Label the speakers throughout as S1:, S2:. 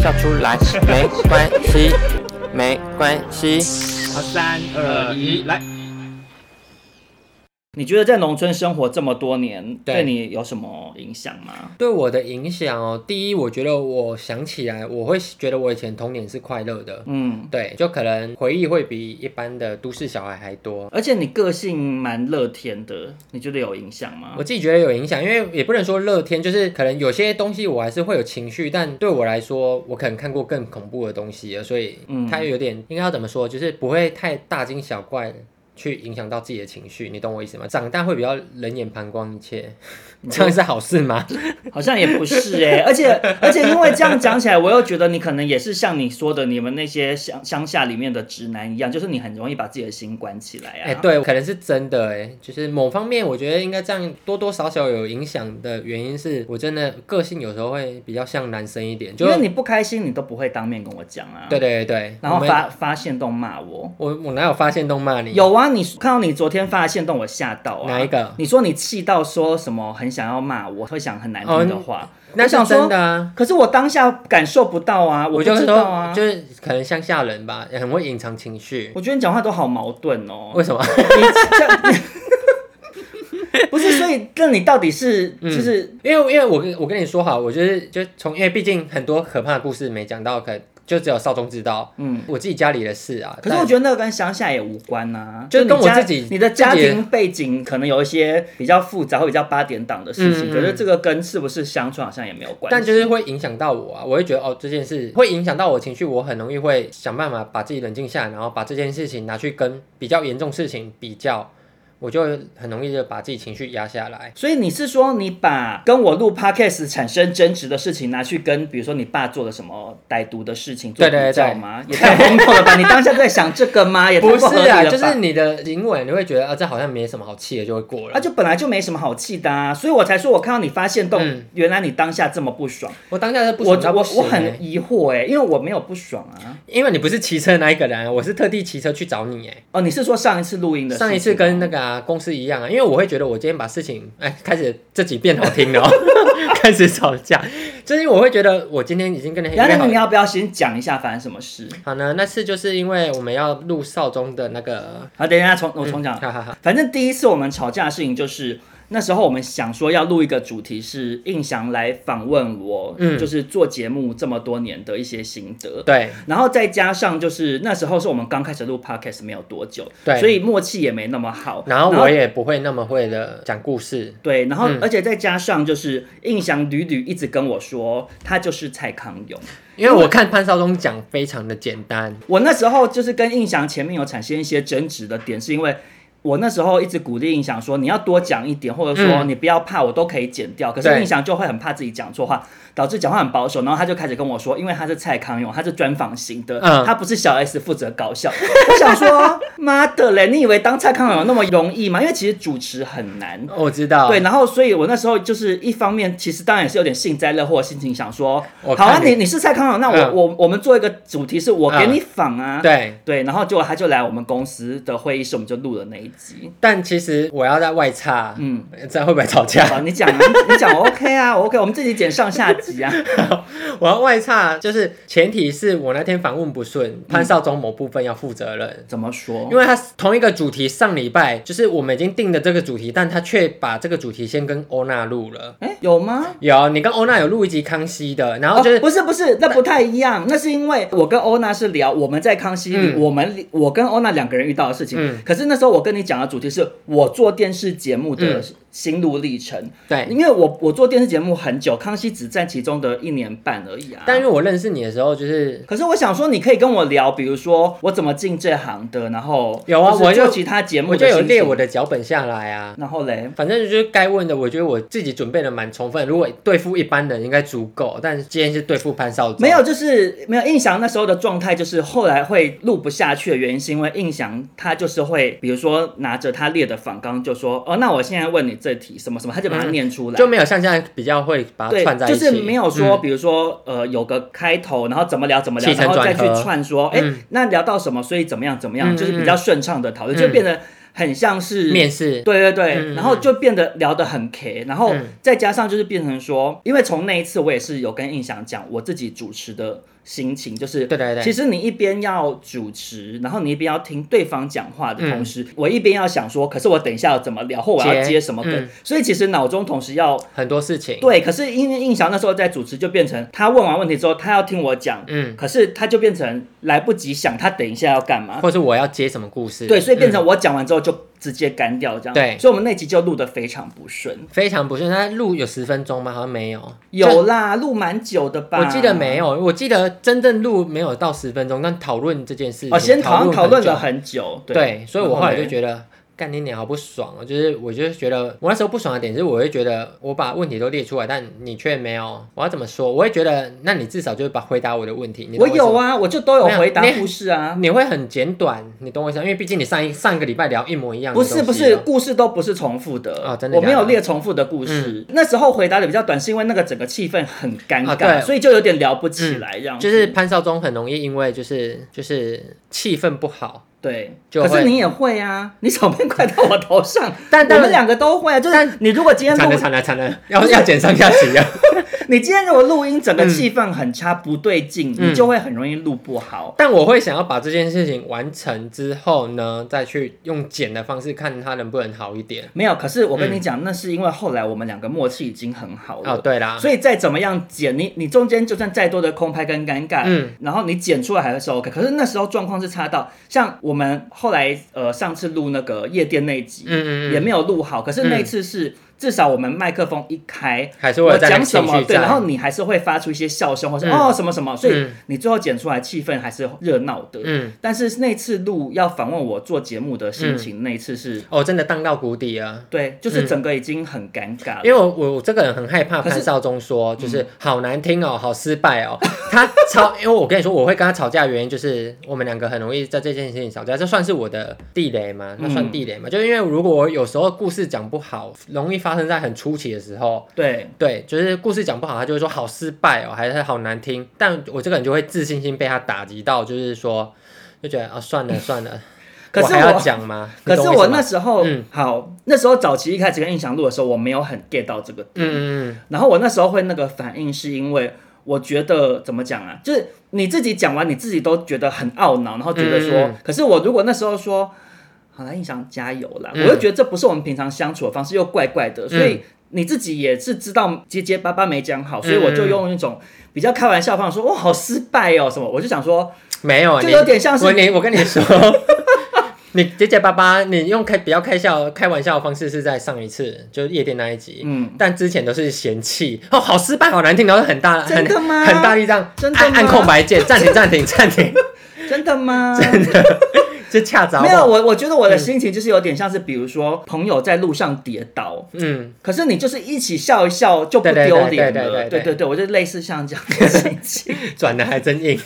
S1: 笑出来没关系， 没关系。
S2: 好，三二一，来。
S3: 你觉得在农村生活这么多年，
S2: 对
S3: 对你有什么影响吗？
S2: 对我的影响哦，第一，我觉得我想起来，我会觉得我以前童年是快乐的。
S3: 嗯，
S2: 对，就可能回忆会比一般的都市小孩还多。
S3: 而且你个性蛮乐天的，你觉得有影响吗
S2: 我？自己觉得有影响，因为也不能说乐天，就是可能有些东西我还是会有情绪，但对我来说，我可能看过更恐怖的东西了，所以
S3: 嗯
S2: 它有点应该要怎么说，就是不会太大惊小怪。去影响到自己的情绪，你懂我意思吗？长大会比较冷眼旁观一切，这样是好事吗？
S3: 好像也不是哎、而且而且因为这样讲起来，我又觉得你可能也是像你说的，你们那些乡乡下里面的直男一样，就是你很容易把自己的心关起来啊。
S2: 哎、，对，可能是真的哎、就是某方面，我觉得应该这样多多少少有影响的原因是，我真的个性有时候会比较像男生一点，就
S3: 因为你不开心，你都不会当面跟我讲啊。
S2: 对，对对，
S3: 然后
S2: 我们
S3: 发发现动骂我。
S2: 我我哪有发现动骂你？
S3: 有啊，你看到你昨天发的现动，我吓到啊！
S2: 哪一个
S3: 你说你气到说什么很想要骂我，会讲很难听
S2: 哦
S3: 的话，
S2: 那
S3: 我
S2: 是
S3: 想说
S2: 真的啊。
S3: 可是我当下感受不到啊，我
S2: 我
S3: 不
S2: 就是
S3: 知
S2: 说，
S3: 道啊。
S2: 就是可能乡下人吧，也很会隐藏情绪。
S3: 我觉得你讲话都好矛盾哦。
S2: 为什么？
S3: 你这样，不是？所以那你到底是
S2: 嗯
S3: 就是、
S2: 因为因为我跟我跟你说好，我就是就从因为毕竟很多可怕的故事没讲到，可能就只有少中知道。
S3: 嗯？
S2: 我自己家里的事啊，
S3: 可是
S2: 但
S3: 我觉得那个跟乡下也无关呐、
S2: 就是
S3: 你
S2: 跟我
S3: 家
S2: 自己
S3: 你的家
S2: 自己的
S3: 庭背景可能有一些比较复杂或比较八点档的事
S2: 嗯
S3: 情，
S2: 嗯
S3: 可是这个跟是不是乡村好像也没有关系。
S2: 但就是会影响到我啊，我会觉得哦，这件事会影响到我情绪，我很容易会想办法把自己冷静下来，然后把这件事情拿去跟比较严重事情比较，我就会很容易就把自己情绪压下来。
S3: 所以你是说你把跟我录 podcast 产生争执的事情拿去跟比如说你爸做的什么歹毒的事情做
S2: 对对
S3: 比较
S2: 对
S3: 吗？也太荒谬了吧！你当下在想这个吗？也太
S2: 不
S3: 合理
S2: 是
S3: 了吧
S2: 啊，就是你的行为，你会觉得啊，这好像没什么好气的，就会过了。
S3: 啊，就本来就没什么好气的啊，所以我才说我看到你发现动，
S2: 嗯
S3: 原来你当下这么不爽，
S2: 我当下是不
S3: 我
S2: 爽到
S3: 我
S2: 不
S3: 我
S2: 行欸、
S3: 很疑惑哎、因为我没有不爽啊。
S2: 因为你不是骑车那一个人啊，我是特地骑车去找你哎、
S3: 哦，你是说上一次录音的事情吗？
S2: 上一次跟那个、啊、公司一样啊，因为我会觉得我今天把事情哎开始这几遍好听了、 哦，开始吵架，就是因为我会觉得我今天已经跟你
S3: 然后
S2: 约
S3: 那
S2: 好
S3: 个你要不要先讲一下发生什么事？
S2: 好呢，那次就是因为我们要录少中的那个，
S3: 好，等一下重我重讲。
S2: 哈哈哈，
S3: 反正第一次我们吵架的事情就是。那时候我们想说要录一个主题是印翔来访问我，
S2: 嗯
S3: 就是做节目这么多年的一些心得，
S2: 对
S3: 然后再加上就是那时候是我们刚开始录 podcast 没有多久，
S2: 对
S3: 所以默契也没那么好。
S2: 然后我也不会那么会的讲故事，
S3: 对，然后、
S2: 嗯
S3: 而且再加上就是印象屡屡一直跟我说他就是蔡康永，
S2: 因为我看潘少忠讲非常的简单，
S3: 我那时候就是跟印象前面有产生一些争执的点，是因为。我那时候一直鼓励印象说你要多讲一点，或者说
S2: 嗯
S3: 你不要怕，我都可以剪掉。可是
S2: 对
S3: 印象就会很怕自己讲错话，导致讲话很保守。然后他就开始跟我说，因为他是蔡康永，他是专访型的，
S2: 嗯
S3: 他不是小 S 负责搞笑。我想说，妈的嘞，你以为当蔡康永那么容易吗？因为其实主持很难，
S2: 我知道，
S3: 对，，然后所以我那时候就是一方面，其实当然也是有点幸灾乐祸的心情，想说，
S2: 我
S3: 好啊，
S2: 看
S3: 你
S2: 你
S3: 你是蔡康永，那我、
S2: 嗯
S3: 我我们做一个主题是我给
S2: 嗯
S3: 你仿啊，
S2: 对，
S3: 对，然后结果他就来我们公司的会议室，我们就录了那一集。
S2: 但其实我要在外插，
S3: 嗯
S2: 嗯，这样会不会吵
S3: 好，
S2: 架？
S3: 你讲啊，你你讲我 OK 啊，我 OK，我们自己剪上下 集啊。
S2: 我要外插，就是前提是我那天访问不顺，潘少忠某部分要负责任。
S3: 怎么说
S2: 因？为他同一个主题，上礼拜就是我们已经定的这个主题，但他却把这个主题先跟欧娜录了。
S3: 哎，有吗？
S2: 有，你跟欧娜有录一集康熙的，然
S3: 哦
S2: 后就是、，
S3: 不是不是，那不太一样。那是因为我跟欧娜是聊我们在康熙里，
S2: 嗯
S3: 我们我跟欧娜两个人遇到的事情。
S2: 嗯
S3: 可是那时候我跟你讲的主题是我做电视节目的
S2: 嗯
S3: 心路历程。
S2: 对，
S3: 因为我我做电视节目很久，康熙只占其中的一年半而已啊。
S2: 但因为我认识你的时候，就是
S3: 可是我想说，你可以跟我聊，比如说我怎么进这行的，然后
S2: 有啊
S3: 或是
S2: 我就
S3: 做其他节目
S2: 我
S3: 的
S2: 就有
S3: 心
S2: 列
S3: 情
S2: 我，的脚本下来啊。
S3: 然后嘞，
S2: 反正就是该问的，我觉得我自己准备的蛮充分。如果对付一般人应该足够，但今天是对付潘少忠。
S3: 没有，就是没有印象那时候的状态，就是后来会录不下去的原因，是因为印象他就是会，比如说拿着他列的访纲就说，哦，那我现在问你这题什么什么，他就把它
S2: 嗯
S3: 念出来。
S2: 就没有像现在比较会把它
S3: 对
S2: 串，在一
S3: 就
S2: 起，
S3: 是没有说，
S2: 嗯
S3: 比如说，呃，有个开头，然后怎么聊怎么聊，
S2: 起承
S3: 然后再
S2: 转
S3: 去
S2: 合
S3: 串说，哎、
S2: 嗯
S3: 那聊到什么，所以怎么样怎么样，
S2: 嗯
S3: 就是比较顺畅的讨论，就
S2: 嗯
S3: 变得很像是
S2: 面试。
S3: 对对对，
S2: 嗯
S3: 然后就变得聊得很 K，然后
S2: 嗯
S3: 再加上就是变成说，因为从那一次我也是有跟印象讲我自己主持的心情，就是
S2: 对对对
S3: 其实你一边要主持，然后你一边要听对方讲话的同时，我一边要想说，可是我等一下要怎么聊，或我要
S2: 嗯接
S3: 接什么梗，
S2: 嗯
S3: 所以其实脑中同时要。
S2: 很多事情，
S3: 对，可是因为印象那时候在主持，就变成他问完问题之后，他要听我讲，
S2: 嗯
S3: 可是他就变成来不及想他等一下要干嘛，
S2: 或是我要接什么故事，
S3: 对，所以变
S2: 嗯
S3: 成我讲完之后就直接干掉这样。
S2: 对
S3: 所以我们那集就录得非常不顺。
S2: 嗯非常不顺。他录有十分钟吗？好像没有，
S3: 有啦，录蛮久的吧？
S2: 我记得没。有，我记得真正录没有到十分钟，但讨论这件事情，
S3: 哦，先讨论讨论了
S2: 很
S3: 很久，
S2: 久
S3: 对，
S2: 对，所以我后来就
S3: 得，
S2: 觉得。干你娘好不爽哦！就是我就是觉得我那时候不爽的点是，我会觉得我把问题都列出来，但你却没有。我要怎么说？我会觉得，那你至少就是把回答我的问题。你懂我
S3: 我
S2: 意思
S3: 有
S2: 吗，
S3: 啊，我就都有
S2: 没有
S3: 回答
S2: 你
S3: 故事啊，
S2: 你会很简短，你懂我意思吗？因为毕竟你上一上一个礼拜聊一模一样的
S3: 不
S2: 东西哦了，
S3: 是不是，故事都不是重复的
S2: 哦真的
S3: 我没有
S2: 假的嗯
S3: 列重复的故事。那时候回答的比较短，是因为那个整个气氛很尴
S2: 啊
S3: 尬，
S2: 对嗯
S3: 所以就有点聊不起来，这样子
S2: 就是潘少忠很容易因为就是就是气氛不好，
S3: 对。
S2: 就
S3: 可是
S2: 会
S3: 你也会啊， 你小便快到我头上，
S2: 但
S3: 我
S2: 但
S3: 们两个都会啊。就是
S2: 但
S3: 你如果今天
S2: 惨
S3: 录
S2: 了惨了惨了，要要减上下 集啊！
S3: 你今天如果录音整个气氛很差，不对劲，
S2: 嗯
S3: 你就会很容易录不好。
S2: 但我会想要把这件事情完成之后呢，再去用剪的方式看它能不能好一点。
S3: 没有，可是我跟你讲，那是因为后来我们两个默契已经很好了。
S2: 嗯哦，对啦，
S3: 所以再怎么样剪，你你中间就算再多的空拍跟尴尬，
S2: 嗯，
S3: 然后你剪出来还是 OK。可是那时候状况是差到，像我们后来呃上次录那个夜店那一集，
S2: 嗯嗯嗯
S3: 也没有录好。可是那一次是、至少我们麦克风一开，
S2: 还是会
S3: 我
S2: 有这样
S3: 讲
S2: 的
S3: 什
S2: 情
S3: 么
S2: 绪
S3: 对，
S2: 在。
S3: 然后你还是会发出一些笑声或是、
S2: 嗯
S3: 哦什么什么，所以
S2: 嗯
S3: 你最后剪出来气氛还是热闹的。
S2: 嗯，
S3: 但是那次录要访问我做节目的心情，那一次是
S2: 哦，真的荡到谷底了。
S3: 对，就是
S2: 嗯
S3: 整个已经很尴尬了。
S2: 因为我我我这个人很害怕
S3: 可是嗯
S2: 潘少忠说，就是好难听哦，好失败哦。 他吵，因为我跟你说，我会跟他吵架的原因就是我们两个很容易在这件事情吵架，这算是我的地雷吗？
S3: 嗯
S2: 那算地雷吗？就是因为如果我有时候故事讲不好，容易发生在很初期的时候。
S3: 对，
S2: 对，就是故事讲不好，他就会说好失败哦，还是好难听。但我这个人就会自信心被他打击到，就是说，就觉得啊，算了算了，
S3: 可是
S2: 我还要
S3: 我
S2: 讲吗？
S3: 可
S2: 你
S3: 是
S2: 懂
S3: 我
S2: 意思吗
S3: 那时候、
S2: 嗯
S3: 好，那时候早期一开始跟印象录的时候，我没有很 get 到这个点。
S2: 嗯嗯嗯，
S3: 然后我那时候会那个反应，是因为我觉得怎么讲啊，就是你自己讲完，你自己都觉得很懊恼，然后觉得说，
S2: 嗯嗯
S3: 可是我如果那时候说，好啦，印象加油啦，
S2: 嗯
S3: 我就觉得这不是我们平常相处的方式，又怪怪的，所以。你自己也是知道结结巴巴没讲好，所以我就用一种比较开玩笑的方式说：“哇，好失败哦，什么？”我就想说，
S2: 没有啊，
S3: 就
S2: 你
S3: 有点像是
S2: 我你我跟你 说，你结结巴巴，你用开比较开笑开玩笑的方式是在上一次就是夜店那一集，
S3: 嗯，
S2: 但之前都是嫌弃哦，好失败，好难听，然后很大很
S3: 真的吗
S2: 很大力这样
S3: 真的
S2: 按
S3: 吗
S2: 按空白键，暂停暂停 暂停，
S3: 真的吗？
S2: 就恰着
S3: 没有，我我觉得我的心情就是有点像是，比如说朋友在路上跌倒，
S2: 嗯，
S3: 可是你就是一起笑一笑就不丢
S2: 对对对对
S3: 脸了，
S2: 对对
S3: 对对对，我就类似像这样的心 情。
S2: 转的还真硬，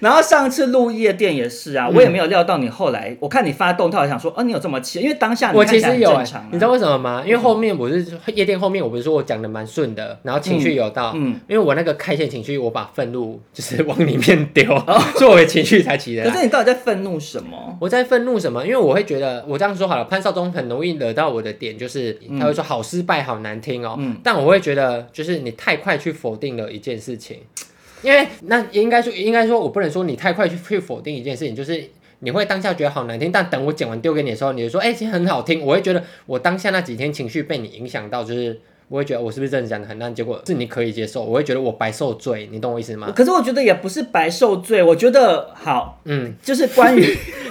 S3: 然后上次录夜店也
S2: 嗯
S3: 是啊，我也没有料到你后来，我看你发动态，我想说，哦，你有这么气，因为当下你
S2: 我
S3: 看
S2: 其
S3: 起来
S2: 实
S3: 很
S2: 有、
S3: 正
S2: 欸
S3: 常啊、嗯
S2: 你知道为什么吗？因为后面我是夜店后面，我不是说我讲的蛮顺的，然后情绪有到，
S3: 嗯嗯
S2: 因为我那个开线情绪，我把愤怒就是往里面丢，
S3: 哦
S2: 所以我的情绪才起得
S3: 可
S2: 来。
S3: 是你到底在愤怒什么？
S2: 我在愤怒什么？因为我会觉得，我这样说好了，潘少忠很容易惹到我的点就是，他会说好失败，好难听哦。
S3: 嗯
S2: 但我会觉得，就是你太快去否定了一件事情，因为那应该说，应该说我不能说你太快去去否定一件事情，就是。你会当下觉得好难听，但等我剪完丢给你的时候，你就说：“哎、其实很好听。”我会觉得我当下那几天情绪被你影响到，就是我会觉得我是不是真的讲的很烂，结果是你可以接受，我会觉得我白受罪，啊你懂我意思吗？
S3: 可是我觉得也不是白受罪，我觉得好，
S2: 嗯，
S3: 就是关于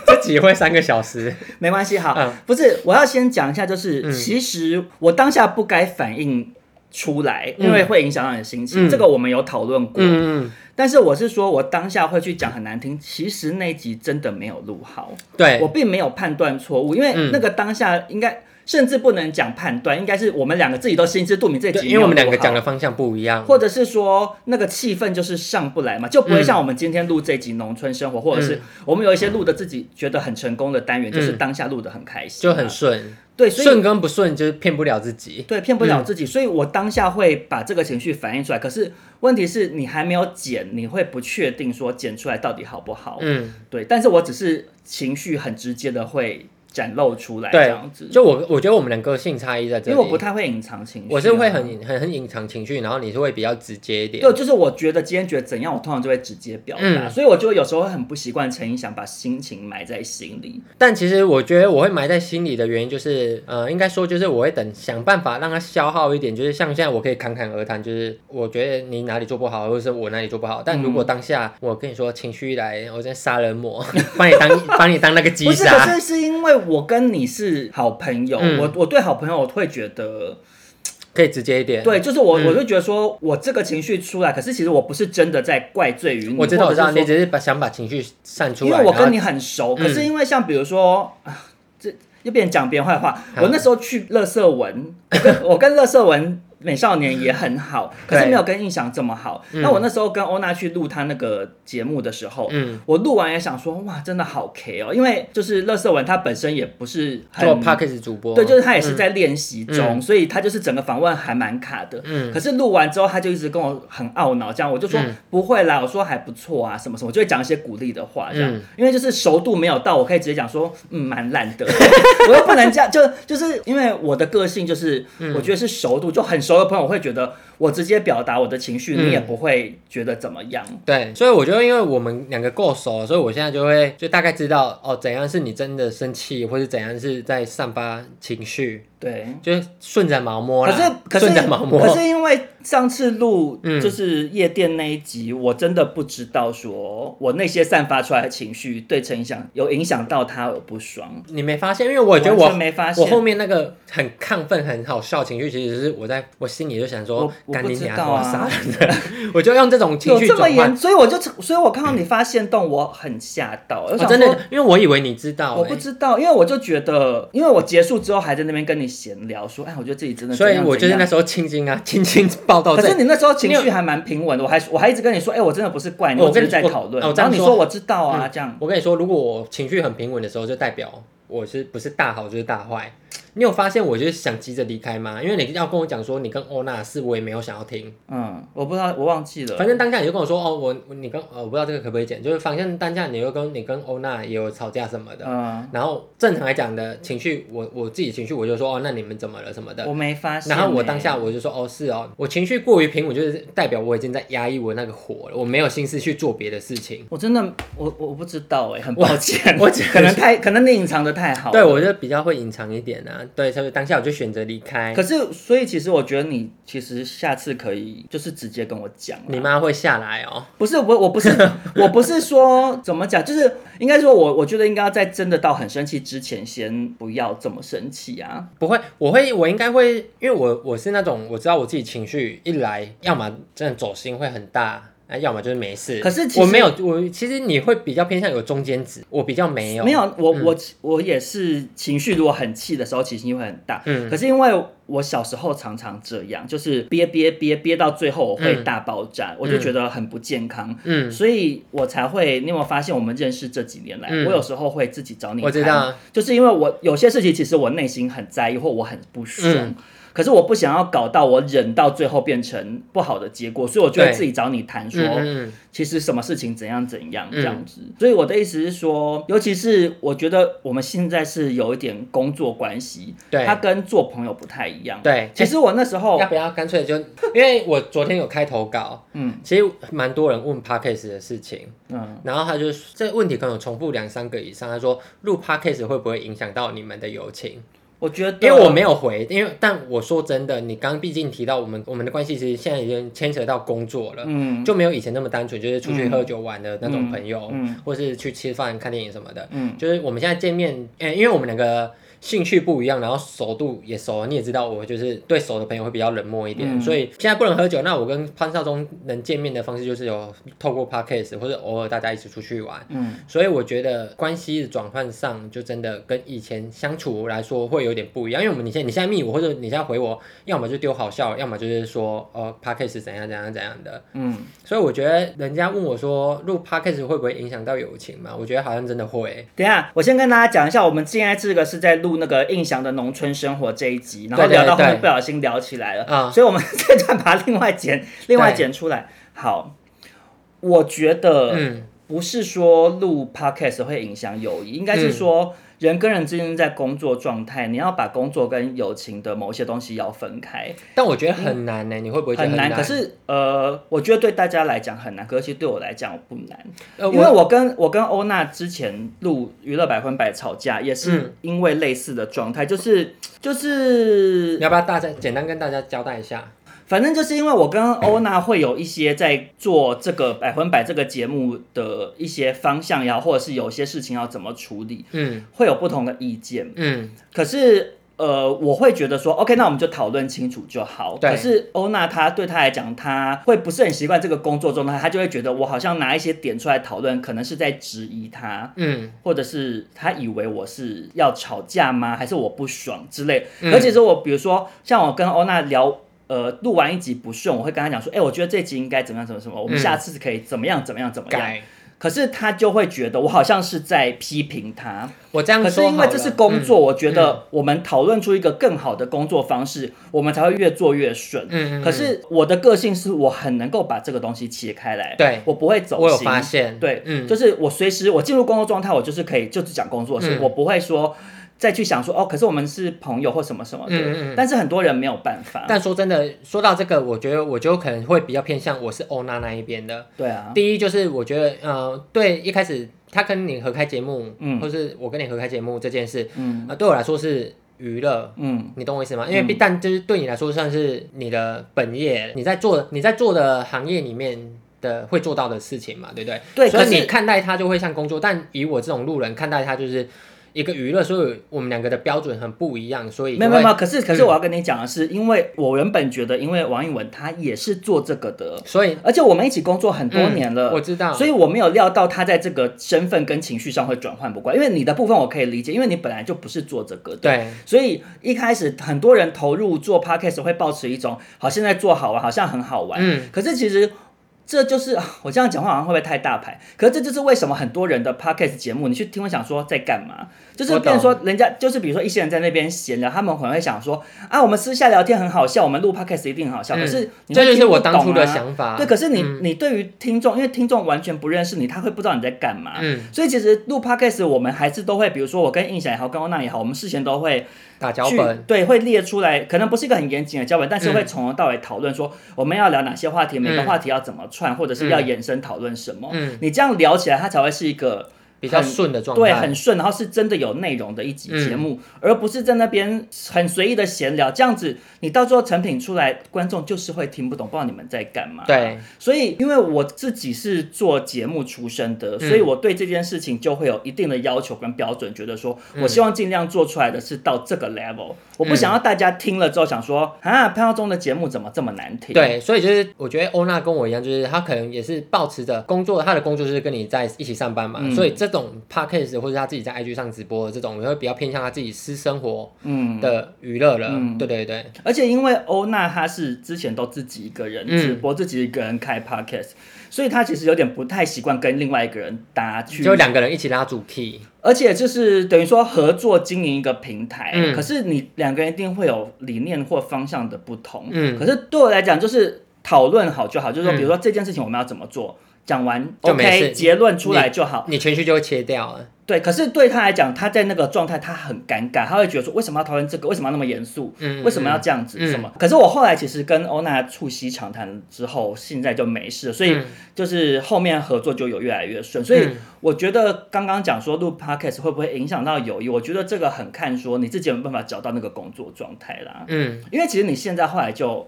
S2: 这这集会三个小时，
S3: 没关系，好，
S2: 嗯
S3: 不是，我要先讲一下，就是、
S2: 嗯
S3: 其实我当下不该反应出来，因为会影响到你的心情，
S2: 嗯
S3: 这个我们有讨论过。
S2: 嗯，
S3: 但是我是说，我当下会去讲很难听，其实那一集真的没有录好，
S2: 对
S3: 我，并没有判断错误，因为
S2: 哎嗯
S3: 那个当下应该甚至不能讲判断，应该是我们两个自己都心知肚明，这一集
S2: 对
S3: 没有
S2: 因为我们两个
S3: 录好
S2: 讲的。方向不一样，
S3: 或者是说那个气氛就是上不来嘛，就不会
S2: 嗯
S3: 像我们今天录这集农村生活，或者是我们有一些录的自己觉得很成功的单元，就是
S2: 嗯
S3: 当下录的很开心
S2: 就
S3: 嘛，
S2: 很顺，
S3: 对，所
S2: 顺
S3: 以
S2: 跟不顺就是骗不了自己，
S3: 对骗不了
S2: 嗯
S3: 自己，所以我当下会把这个情绪反映出来。可是问题是你还没有剪，你会不确定说剪出来到底好不好。
S2: 嗯，
S3: 对，但是我只是情绪很直接的会展露出来这
S2: 对
S3: 样子，，
S2: 就我我觉得我们两个性差异在这
S3: 因
S2: 里，
S3: 为我不太会隐藏情绪啊、
S2: 我是会很隐很很隐藏情绪，然后你是会比较直接一点，
S3: 对，就是我觉得今天觉得怎样，我通常就会直接表达，
S2: 嗯
S3: 所以我就有时候会很不习惯陈意想把心情埋在心里。
S2: 但其实我觉得我会埋在心里的原因就是，呃，应该说就是我会等想办法让它消耗一点，就是像现在我可以侃侃而谈，就是我觉得你哪里做不好，或者是我哪里做不好。
S3: 嗯
S2: 但如果当下我跟你说情绪一来，我在杀人魔， 把你当把你当那个击
S3: 不是，可
S2: 杀，
S3: 是是因为我跟你是好朋友，
S2: 嗯
S3: 我我对好朋友我会觉得，
S2: 可以直接一点。
S3: 对，就是我、
S2: 嗯
S3: 我就觉得说我这个情绪出来，可是其实我不是真的在怪罪于你，
S2: 我知道，我知道，
S3: 嗯或者
S2: 你
S3: 是说
S2: 只是把想把情绪散出
S3: 因
S2: 来。
S3: 为我跟你
S2: 然后
S3: 很熟，
S2: 嗯
S3: 可是因为像比如说，啊、这又变成讲别人坏话。
S2: 嗯
S3: 我那时候去乐色文，我跟我跟乐色文美少年也很好，可是
S2: 对
S3: 没有跟印象这么好。
S2: 嗯
S3: 那我那时候跟欧娜去录她那个节目的时候，
S2: 嗯，
S3: 我录完也想说，哇，真的好 K 哦，因为就是乐色文他本身也不是很
S2: 做 p o d c a s t 主播，
S3: 对，就是他也是在练习中，
S2: 嗯
S3: 所以他就是整个访问还蛮卡的。
S2: 嗯
S3: 可是录完之后，他就一直跟我很懊恼，这样我就说、
S2: 嗯
S3: 不会啦，我说还不错啊，什么什么，我就会讲一些鼓励的话，这样，
S2: 嗯
S3: 因为就是熟度没有到，我可以直接讲说，嗯，蛮烂的， 我又不能这样，就就是因为我的个性就是，
S2: 嗯
S3: 我觉得是熟度，就很熟的朋友我会觉得我直接表达我的情绪，
S2: 嗯
S3: 你也不会觉得怎么样。
S2: 对，所以我觉得，因为我们两个够熟了，所以我现在就会就大概知道哦，怎样是你真的生气，或是怎样是在散发情绪，
S3: 对，
S2: 就是顺着毛摸
S3: 可
S2: 啦，
S3: 是可是
S2: 顺着毛摸，
S3: 可是因为上次录
S2: 嗯
S3: 就是夜店那一集，我真的不知道说我那些散发出来的情绪对陈影响有影响到他而不爽。
S2: 你没发现？因为我觉得
S3: 完
S2: 我
S3: 全没发现
S2: 我后面那个很亢奋、很好笑的情绪，其实是我在我心里就想说
S3: 我，我
S2: 赶
S3: 不
S2: 紧
S3: 知
S2: 你
S3: 道啊
S2: 杀人的， 我就用这种情
S3: 有
S2: 绪
S3: 这么
S2: 转换
S3: 严，。所以我就所以，我看到你发现动，我很吓到，我
S2: 我
S3: 想
S2: 哦真
S3: 说
S2: 的，因为我以为你知道、欸，
S3: 我不知道，因为我就觉得，因为我结束之后还在那边跟你闲聊，说，哎，我觉得自己真的
S2: 所以
S3: 怎样
S2: 我就是
S3: 怎
S2: 那
S3: 样
S2: 时候轻轻啊， 轻轻报道。
S3: 可
S2: 这
S3: 是你那时候情
S2: 你
S3: 绪还蛮平稳的，我还我还一直跟你说，哎、我真的不是怪你，
S2: 我
S3: 我只
S2: 跟
S3: 是
S2: 你
S3: 在
S2: 我
S3: 讨论。
S2: 哦这
S3: 然
S2: 样
S3: 后你
S2: 说嗯
S3: 说我知道啊，这样。
S2: 我跟你说，如果我情绪很平稳的时候，就代表我是不是大好就是大坏。你有发现我就是想急着离开吗？因为你要跟我讲说你跟欧娜是，我也没有想要听。
S3: 嗯，我不知道，我忘记了。
S2: 反正当下你就跟我说哦，我你跟呃我不知道这个可不可以剪，就是反正当下你又跟你跟欧娜也有吵架什么的。
S3: 嗯，
S2: 然后正常来讲的情绪，我我自己情绪我就说哦，那你们怎么了什么的
S3: 我。没发现欸、
S2: 然后我当下我就说哦是哦，我情绪过于平稳，就是代表我已经在压抑我那个火了，我没有心思去做别的事情。
S3: 我真的我我我不知道 哎、很抱歉，
S2: 我我只是
S3: 可能太可能你隐藏的太好。
S2: 对，我就比较会隐藏一点啊，对，所以当下我就选择离开
S3: 可。是所以其实我觉得你其实下次可以就是直接跟我讲啊。
S2: 你妈会下来哦，
S3: 不是我我 不是我不是说怎么讲，就是应该说我我觉得应该要在真的到很生气之前，先不要这么生气啊。
S2: 不会，我会，我应该会，因为我我是那种我知道我自己情绪一来，要么真的走心会很大。啊，要么就是没事。
S3: 可是其
S2: 我
S3: 实
S2: 没有，我其实你会比较偏向有中间值，我比较没有。嗯
S3: 没，有，我、我我也是情绪，如果很气的时候，情绪会很大。
S2: 嗯
S3: 可是因为我小时候常常这样，就是憋憋憋憋到最后我会大爆炸，我就觉得很不健康。
S2: 嗯，
S3: 所以我才会，你有没有发现我们认识这几年来，
S2: 嗯
S3: 我有时候会自己找你
S2: 我知
S3: 谈
S2: 道，
S3: 就是因为我有些事情其实我内心很在意，或我很不爽。
S2: 嗯
S3: 可是我不想要搞到我忍到最后变成不好的结果，所以我就会
S2: 对
S3: 自己找你谈说，
S2: 嗯嗯嗯
S3: 其实什么事情怎样怎样这样子。所以我的意思是说，尤其是我觉得我们现在是有一点工作关系，
S2: 对
S3: 它跟做朋友不太一样。，
S2: 对，哎
S3: 其实我那时候
S2: 要不要干脆就，因为我昨天有开投稿，
S3: 嗯
S2: 其实蛮多人问 podcast 的事情，
S3: 嗯，
S2: 然后他就这个问题可能有重复两三个以上，他说录 podcast 会不会影响到你们的友情？
S3: 我觉得，
S2: 因为我没有回，因为但我说真的，你刚毕竟提到我们我们的关系，其实现在已经牵扯到工作了，
S3: 嗯，
S2: 就没有以前那么单纯，就是出去喝酒玩的那种朋友，
S3: 嗯嗯
S2: 或是去吃饭、看电影什么的。
S3: 嗯
S2: 就是我们现在见面，呃、因为我们两个兴趣不一样，然后熟度也熟，你也知道，我就是对熟的朋友会比较冷漠一点，
S3: 嗯
S2: 所以现在不能喝酒。那我跟潘少忠能见面的方式就是有透过 podcast 或者偶尔大家一起出去玩，
S3: 嗯
S2: 所以我觉得关系的转换上，就真的跟以前相处来说会有点不一样。因为我们你现在你现在密我，或者你现在回我，要么就丢好笑，要么就是说呃 p a c k a g e 怎样怎样怎样的。
S3: 嗯，
S2: 所以我觉得人家问我说录 p a c k a g e 会不会影响到友情嘛？我觉得好像真的会。
S3: 等一下，我先跟大家讲一下，我们现在这个是在录那个印象的农村生活这一集，然后
S2: 对对
S3: 聊到后面
S2: 对
S3: 不小心聊起来了，
S2: 啊
S3: 所以我们 这段把它另外剪，另外剪出来。好，我觉得
S2: 嗯，
S3: 不是说录 podcast 会影响友谊，应该是说
S2: 嗯
S3: 人跟人之间在工作状态，你要把工作跟友情的某些东西要分开，
S2: 但我觉得很难呢、你会不会觉得
S3: 很
S2: 难？
S3: 难。可是呃，我觉得对大家来讲很难，可是其实对我来讲不难。
S2: 呃，
S3: 因为
S2: 我
S3: 我跟我跟欧娜之前录娱乐百分百吵架，也是因为类似的状态，就是就是
S2: 嗯你要不要大家简单跟大家交代一下？
S3: 反正就是因为我跟欧娜会有一些在做这个百分百这个节目的一些方向呀，或者是有些事情要怎么处理，
S2: 嗯
S3: 会有不同的意见。
S2: 嗯，
S3: 可是呃，我会觉得说，OK，那我们就讨论清楚就好。
S2: 对
S3: 可是欧娜她对她来讲，她会不是很习惯这个工作状态，她就会觉得我好像拿一些点出来讨论，可能是在质疑她。
S2: 嗯
S3: 或者是他以为我是要吵架吗？还是我不爽之类？
S2: 嗯
S3: 而且是我比如说像我跟欧娜聊。呃，录完一集不顺，我会跟她讲说，哎、我觉得这集应该怎么样，怎么什么，我
S2: 嗯
S3: 们下次可以怎么样，怎么样，怎么样。
S2: 改。
S3: 可是她就会觉得我好像是在批评她。
S2: 我这样
S3: 可
S2: 说
S3: 是因为
S2: 好
S3: 这
S2: 了
S3: 是工作，，我觉
S2: 嗯
S3: 得我们讨论出一个更好的工作方式，我们才会越做越顺。
S2: 嗯嗯嗯
S3: 可是我的个性是我很能够把这个东西切开来，
S2: 对
S3: 我不会走
S2: 嗯
S3: 心。
S2: 我有发现，
S3: 对，
S2: 嗯，
S3: 就是我随时我进入工作状态，我就是可以就只讲工作的事，
S2: 嗯
S3: 我不会说再去想说哦，可是我们是朋友或什么什么
S2: 嗯
S3: 的。
S2: 嗯嗯
S3: 但是很多人没有办法。
S2: 但说真的，说到这个，我觉得我就可能会比较偏向我是欧娜那一边的。
S3: 对啊，
S2: 第一就是我觉得，呃，对，一开始他跟你合开节目，
S3: 嗯
S2: 或是我跟你合开节目这件事，
S3: 嗯
S2: 呃，对我来说是娱乐。
S3: 嗯
S2: 你懂我意思吗？因为必但就是对你来说算是你的本业，你在做你在做的行业里面的会做到的事情嘛，对不对？
S3: 对
S2: 所以
S3: 可是
S2: 你看待它就会像工作，但以我这种路人看待它就是一个娱乐，所以我们两个的标准很不一样，所以就
S3: 没有没有
S2: 会
S3: 没有，可是可是
S2: 嗯
S3: 我要跟你讲的是，因为我原本觉得，因为王一文他也是做这个的，
S2: 所以
S3: 而且我们一起工作很多年了，
S2: 嗯我知道
S3: 所以我没有料到他在这个身份跟情绪上会转换不过来。因为你的部分我可以理解，因为你本来就不是做这个的，
S2: 对
S3: 所以一开始很多人投入做 podcast 会抱持一种好现在做好玩，好像很好玩，
S2: 嗯
S3: 可是其实。这就是啊我这样讲话好像会不会太大牌？可是这就是为什么很多人的 podcast 节目，你去听会想说在干嘛？就是
S2: 我懂
S3: 变成说人家就是比如说一些人在那边闲聊，他们可能会想说啊，我们私下聊天很好笑，我们录 podcast 一定很好笑。
S2: 嗯
S3: 可是你
S2: 这
S3: 会
S2: 就
S3: 听
S2: 是我
S3: 不懂
S2: 当初的
S3: 啊
S2: 想法。
S3: 对，可是你、
S2: 嗯
S3: 你对于听众，因为听众完全不认识你，他会不知道你在干嘛。
S2: 嗯，
S3: 所以其实录 podcast 我们还是都会，比如说我跟印象也好，跟欧娜也好，我们事先都会
S2: 打脚
S3: 去
S2: 本，
S3: 对，会列出来，可能不是一个很严谨的脚本，但是会从头到尾讨论说我们要聊哪些话题，每个
S2: 嗯
S3: 话题要怎么串，或者是要延伸讨论什么。
S2: 嗯
S3: 你这样聊起来，它才会是一个
S2: 比较
S3: 很
S2: 顺的状态，嗯
S3: 对，很顺，然后是真的有内容的一集节目，而不是在那边很随意的闲聊。这样子，你到最后成品出来，观众就是会听不懂，不知道你们在干嘛。
S2: 对，
S3: 所以因为我自己是做节目出身的，所以我对这件事情就会有一定的要求跟标准，觉得说
S2: 嗯
S3: 我希望尽量做出来的是到这个 level，、我不想要大家听了之后想说啊，潘耀宗的节目怎么这么难听？
S2: 嗯对，所以就是我觉得欧娜跟我一样，就是她可能也是保持着工作，她的工作就是跟你在一起上班嘛，
S3: 嗯
S2: 所以这种 podcast 或者她自己在 IG 上直播的这种，也会比较偏向她自己私生活
S3: 嗯，
S2: 的娱乐了。
S3: 嗯
S2: 对对对，
S3: 而且因为欧娜她是之前都自己一个人
S2: 嗯
S3: 直播，自己一个人开 podcast，所以她其实有点不太习惯跟另外一个人搭去，
S2: 就两个人一起拉主 key，
S3: 而且就是等于说合作经营一个平台，
S2: 嗯
S3: 可是你两个人一定会有理念或方向的不同，
S2: 嗯
S3: 可是对我来讲就是讨论好就好，就是说
S2: 嗯
S3: 比如说这件事情我们要怎么做。讲完
S2: 就没事
S3: OK，结论出来就好。
S2: 你情绪就会切掉了。
S3: 对，可是对他来讲，他在那个状态，他很尴尬，他会觉得说，为什么要讨论这个？为什么要那么严肃？
S2: 嗯
S3: 为什么要这样子？
S2: 嗯
S3: 什么？可是我后来其实跟欧娜促膝长谈之后，现在就没事了，所以
S2: 嗯
S3: 就是后面合作就有越来越顺。所以
S2: 嗯
S3: 我觉得刚刚讲说录 podcast 会不会影响到友谊，我觉得这个很看说你自己有没有办法找到那个工作状态啦。
S2: 嗯，
S3: 因为其实你现在后来就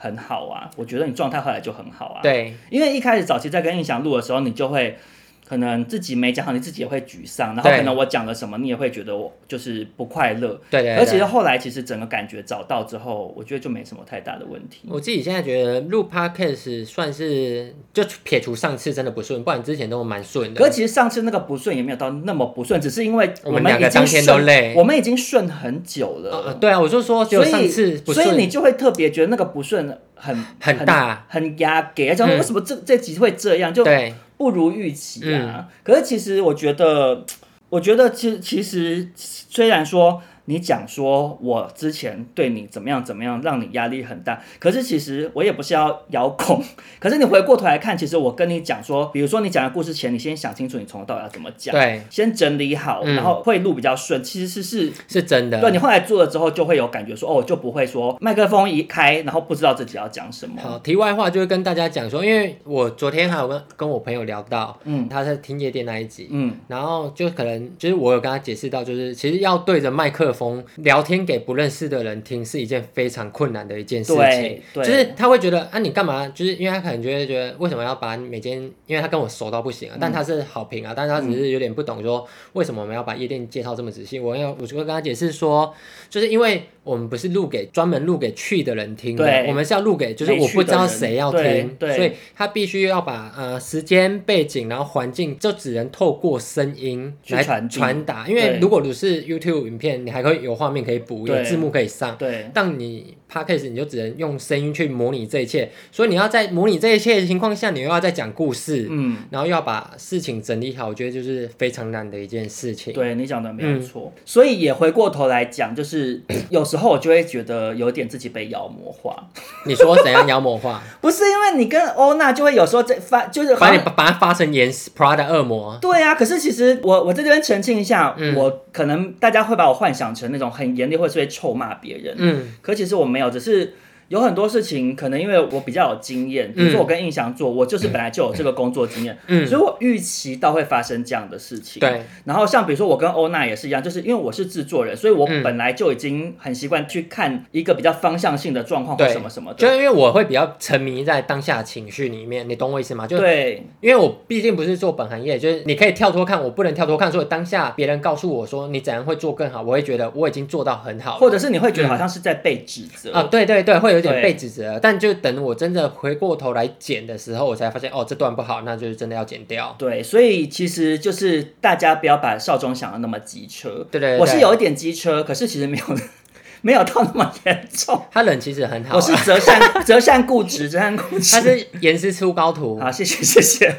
S3: 很好啊，我觉得你状态后来就很好啊。，
S2: 对，
S3: 因为一开始早期在跟印翔录的时候，你就会可能自己没讲好，你自己也会沮丧，然后
S2: 对
S3: 可能我讲了什么，你也会觉得我就是不快乐。
S2: 对对对。
S3: 而且后来其实整个感觉找到之后，我觉得就没什么太大的问题。
S2: 我自己现在觉得录 podcast 算是就撇除上次真的不顺，不然之前都蛮顺的。
S3: 可是其实上次那个不顺也没有到那么不顺，只是因为
S2: 我们
S3: 们
S2: 两个
S3: 已经
S2: 当天都
S3: 顺
S2: 累
S3: 我们已经顺很久了。
S2: 呃、呃对啊，我就说只有
S3: 哦所
S2: 上
S3: 以，
S2: 次不
S3: 所
S2: 顺，
S3: 以你就会特别觉得那个不顺很
S2: 很大
S3: 很压给，讲说
S2: 嗯
S3: 为什么这、这集会这样，就
S2: 对
S3: 不如预期
S2: 嗯
S3: 啊。可是其实我觉得，我觉得其其实虽然说你讲说我之前对你怎么样怎么样，让你压力很大，可是其实我也不是要摇孔。 可是你回过头来看，其实我跟你讲说，比如说你讲的故事前，你先想清楚你从头到尾要怎么讲，
S2: 对，
S3: 先整理好，
S2: 嗯
S3: 然后会录比较顺。其实是是。
S2: 是真的。
S3: 对你后来做了之后，就会有感觉说，哦，就不会说麦克风一开，然后不知道自己要讲什么。
S2: 好，题外话就是跟大家讲说，因为我昨天还有跟跟我朋友聊到，
S3: 嗯
S2: 他在听夜店那一集，
S3: 嗯，
S2: 然后就可能就是我有跟他解释到，就是其实要对着麦克风聊天给不认识的人听是一件非常困难的一件事情
S3: 对。对
S2: 就是他会觉得啊，你干嘛？就是因为他可能就会觉得为什么要把每间，因为他跟我熟到不行啊，
S3: 嗯
S2: 但他是好评啊，但是他只是有点不懂说为什么我们要把夜店介绍这么仔细。我要我就会跟他解释说，就是因为我们不是录给专门录给去的人听的，
S3: 对
S2: 我们是要录给就是
S3: 没
S2: 我不
S3: 去
S2: 知
S3: 的
S2: 道
S3: 人
S2: 谁要
S3: 对
S2: 听，
S3: 对
S2: 所以他必须要把呃时间背景，然后环境，就只能透过声音
S3: 去
S2: 来
S3: 传递
S2: 传达。因为
S3: 对
S2: 如果你是 YouTube 影片，你还可以有画面可以补，有
S3: 对
S2: 字幕可以上。
S3: 对，
S2: 但你 podcast 你就只能用声音去模拟这一切，所以你要在模拟这一切的情况下，你又要再讲故事，
S3: 嗯。
S2: 然后又要把事情整理好，我觉得就是非常难的一件事情。
S3: 对你讲的没有
S2: 嗯
S3: 错，所以也回过头来讲，就是 有时候我就会觉得有点自己被妖魔化，
S2: 你说怎样妖魔 化，
S3: 不是因为你跟欧娜就会有时候在发，就是好
S2: 把你
S3: 像
S2: 把它发成严 Prada 恶魔，
S3: 对啊，可是其实我我在这边澄清一下，
S2: 嗯
S3: 我可能大家会把我幻想成那种很严厉或是会臭骂别人，
S2: 嗯
S3: 可其实我没有，只是有很多事情可能因为我比较有经验，比如说我跟印象做，我就是本来就有这个工作经验，
S2: 嗯
S3: 所以我预期到会发生这样的事情。
S2: 对。
S3: 然后像比如说我跟欧娜也是一样，就是因为我是制作人，所以我
S2: 嗯
S3: 本来就已经很习惯去看一个比较方向性的状况或
S2: 对
S3: 什么什么
S2: 就是
S3: 的。
S2: 因为我会比较沉迷在当下情绪里面，你懂我意思吗？就
S3: 对，
S2: 因为我毕竟不是做本行业，就是你可以跳脱看，我不能跳脱看，所以当下别人告诉我说你怎样会做更好，我会觉得我已经做到很好了，
S3: 或者是你会觉得好像是哦在被指责。
S2: 啊，对对对，会有点
S3: 对
S2: 被指责，但就等我真的回过头来剪的时候，我才发现哦，这段不好，那就是真的要剪掉。
S3: 对，所以其实就是大家不要把少中想的那么机车。
S2: 对对对
S3: 我是有一点机车，可是其实没有 没有到那么严重。
S2: 他人其实很好啊、
S3: 我是择 善择善固执，择善固执。
S2: 他是严师出高 徒，
S3: 好，谢谢谢谢。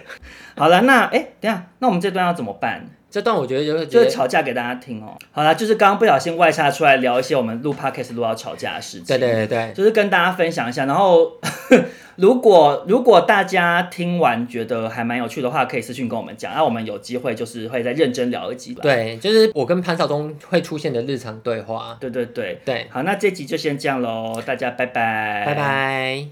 S3: 好了，那哎、等一下，那我们这段要怎么办？
S2: 这段我觉得就是
S3: 就
S2: 觉
S3: 是
S2: 得
S3: 吵架给大家听哦。好啦，就是刚刚不小心外插出来聊一些我们录 podcast 录到吵架的事情。
S2: 对对对对，
S3: 就是跟大家分享一下。然后， 如果如果大家听完觉得还蛮有趣的话，可以私信跟我们讲，那我们有机会就是会再认真聊一集吧。
S2: 对，就是我跟潘少忠会出现的日常对话。
S3: 对对对
S2: 对
S3: 好，那这集就先这样喽，大家拜拜，
S2: 拜。拜。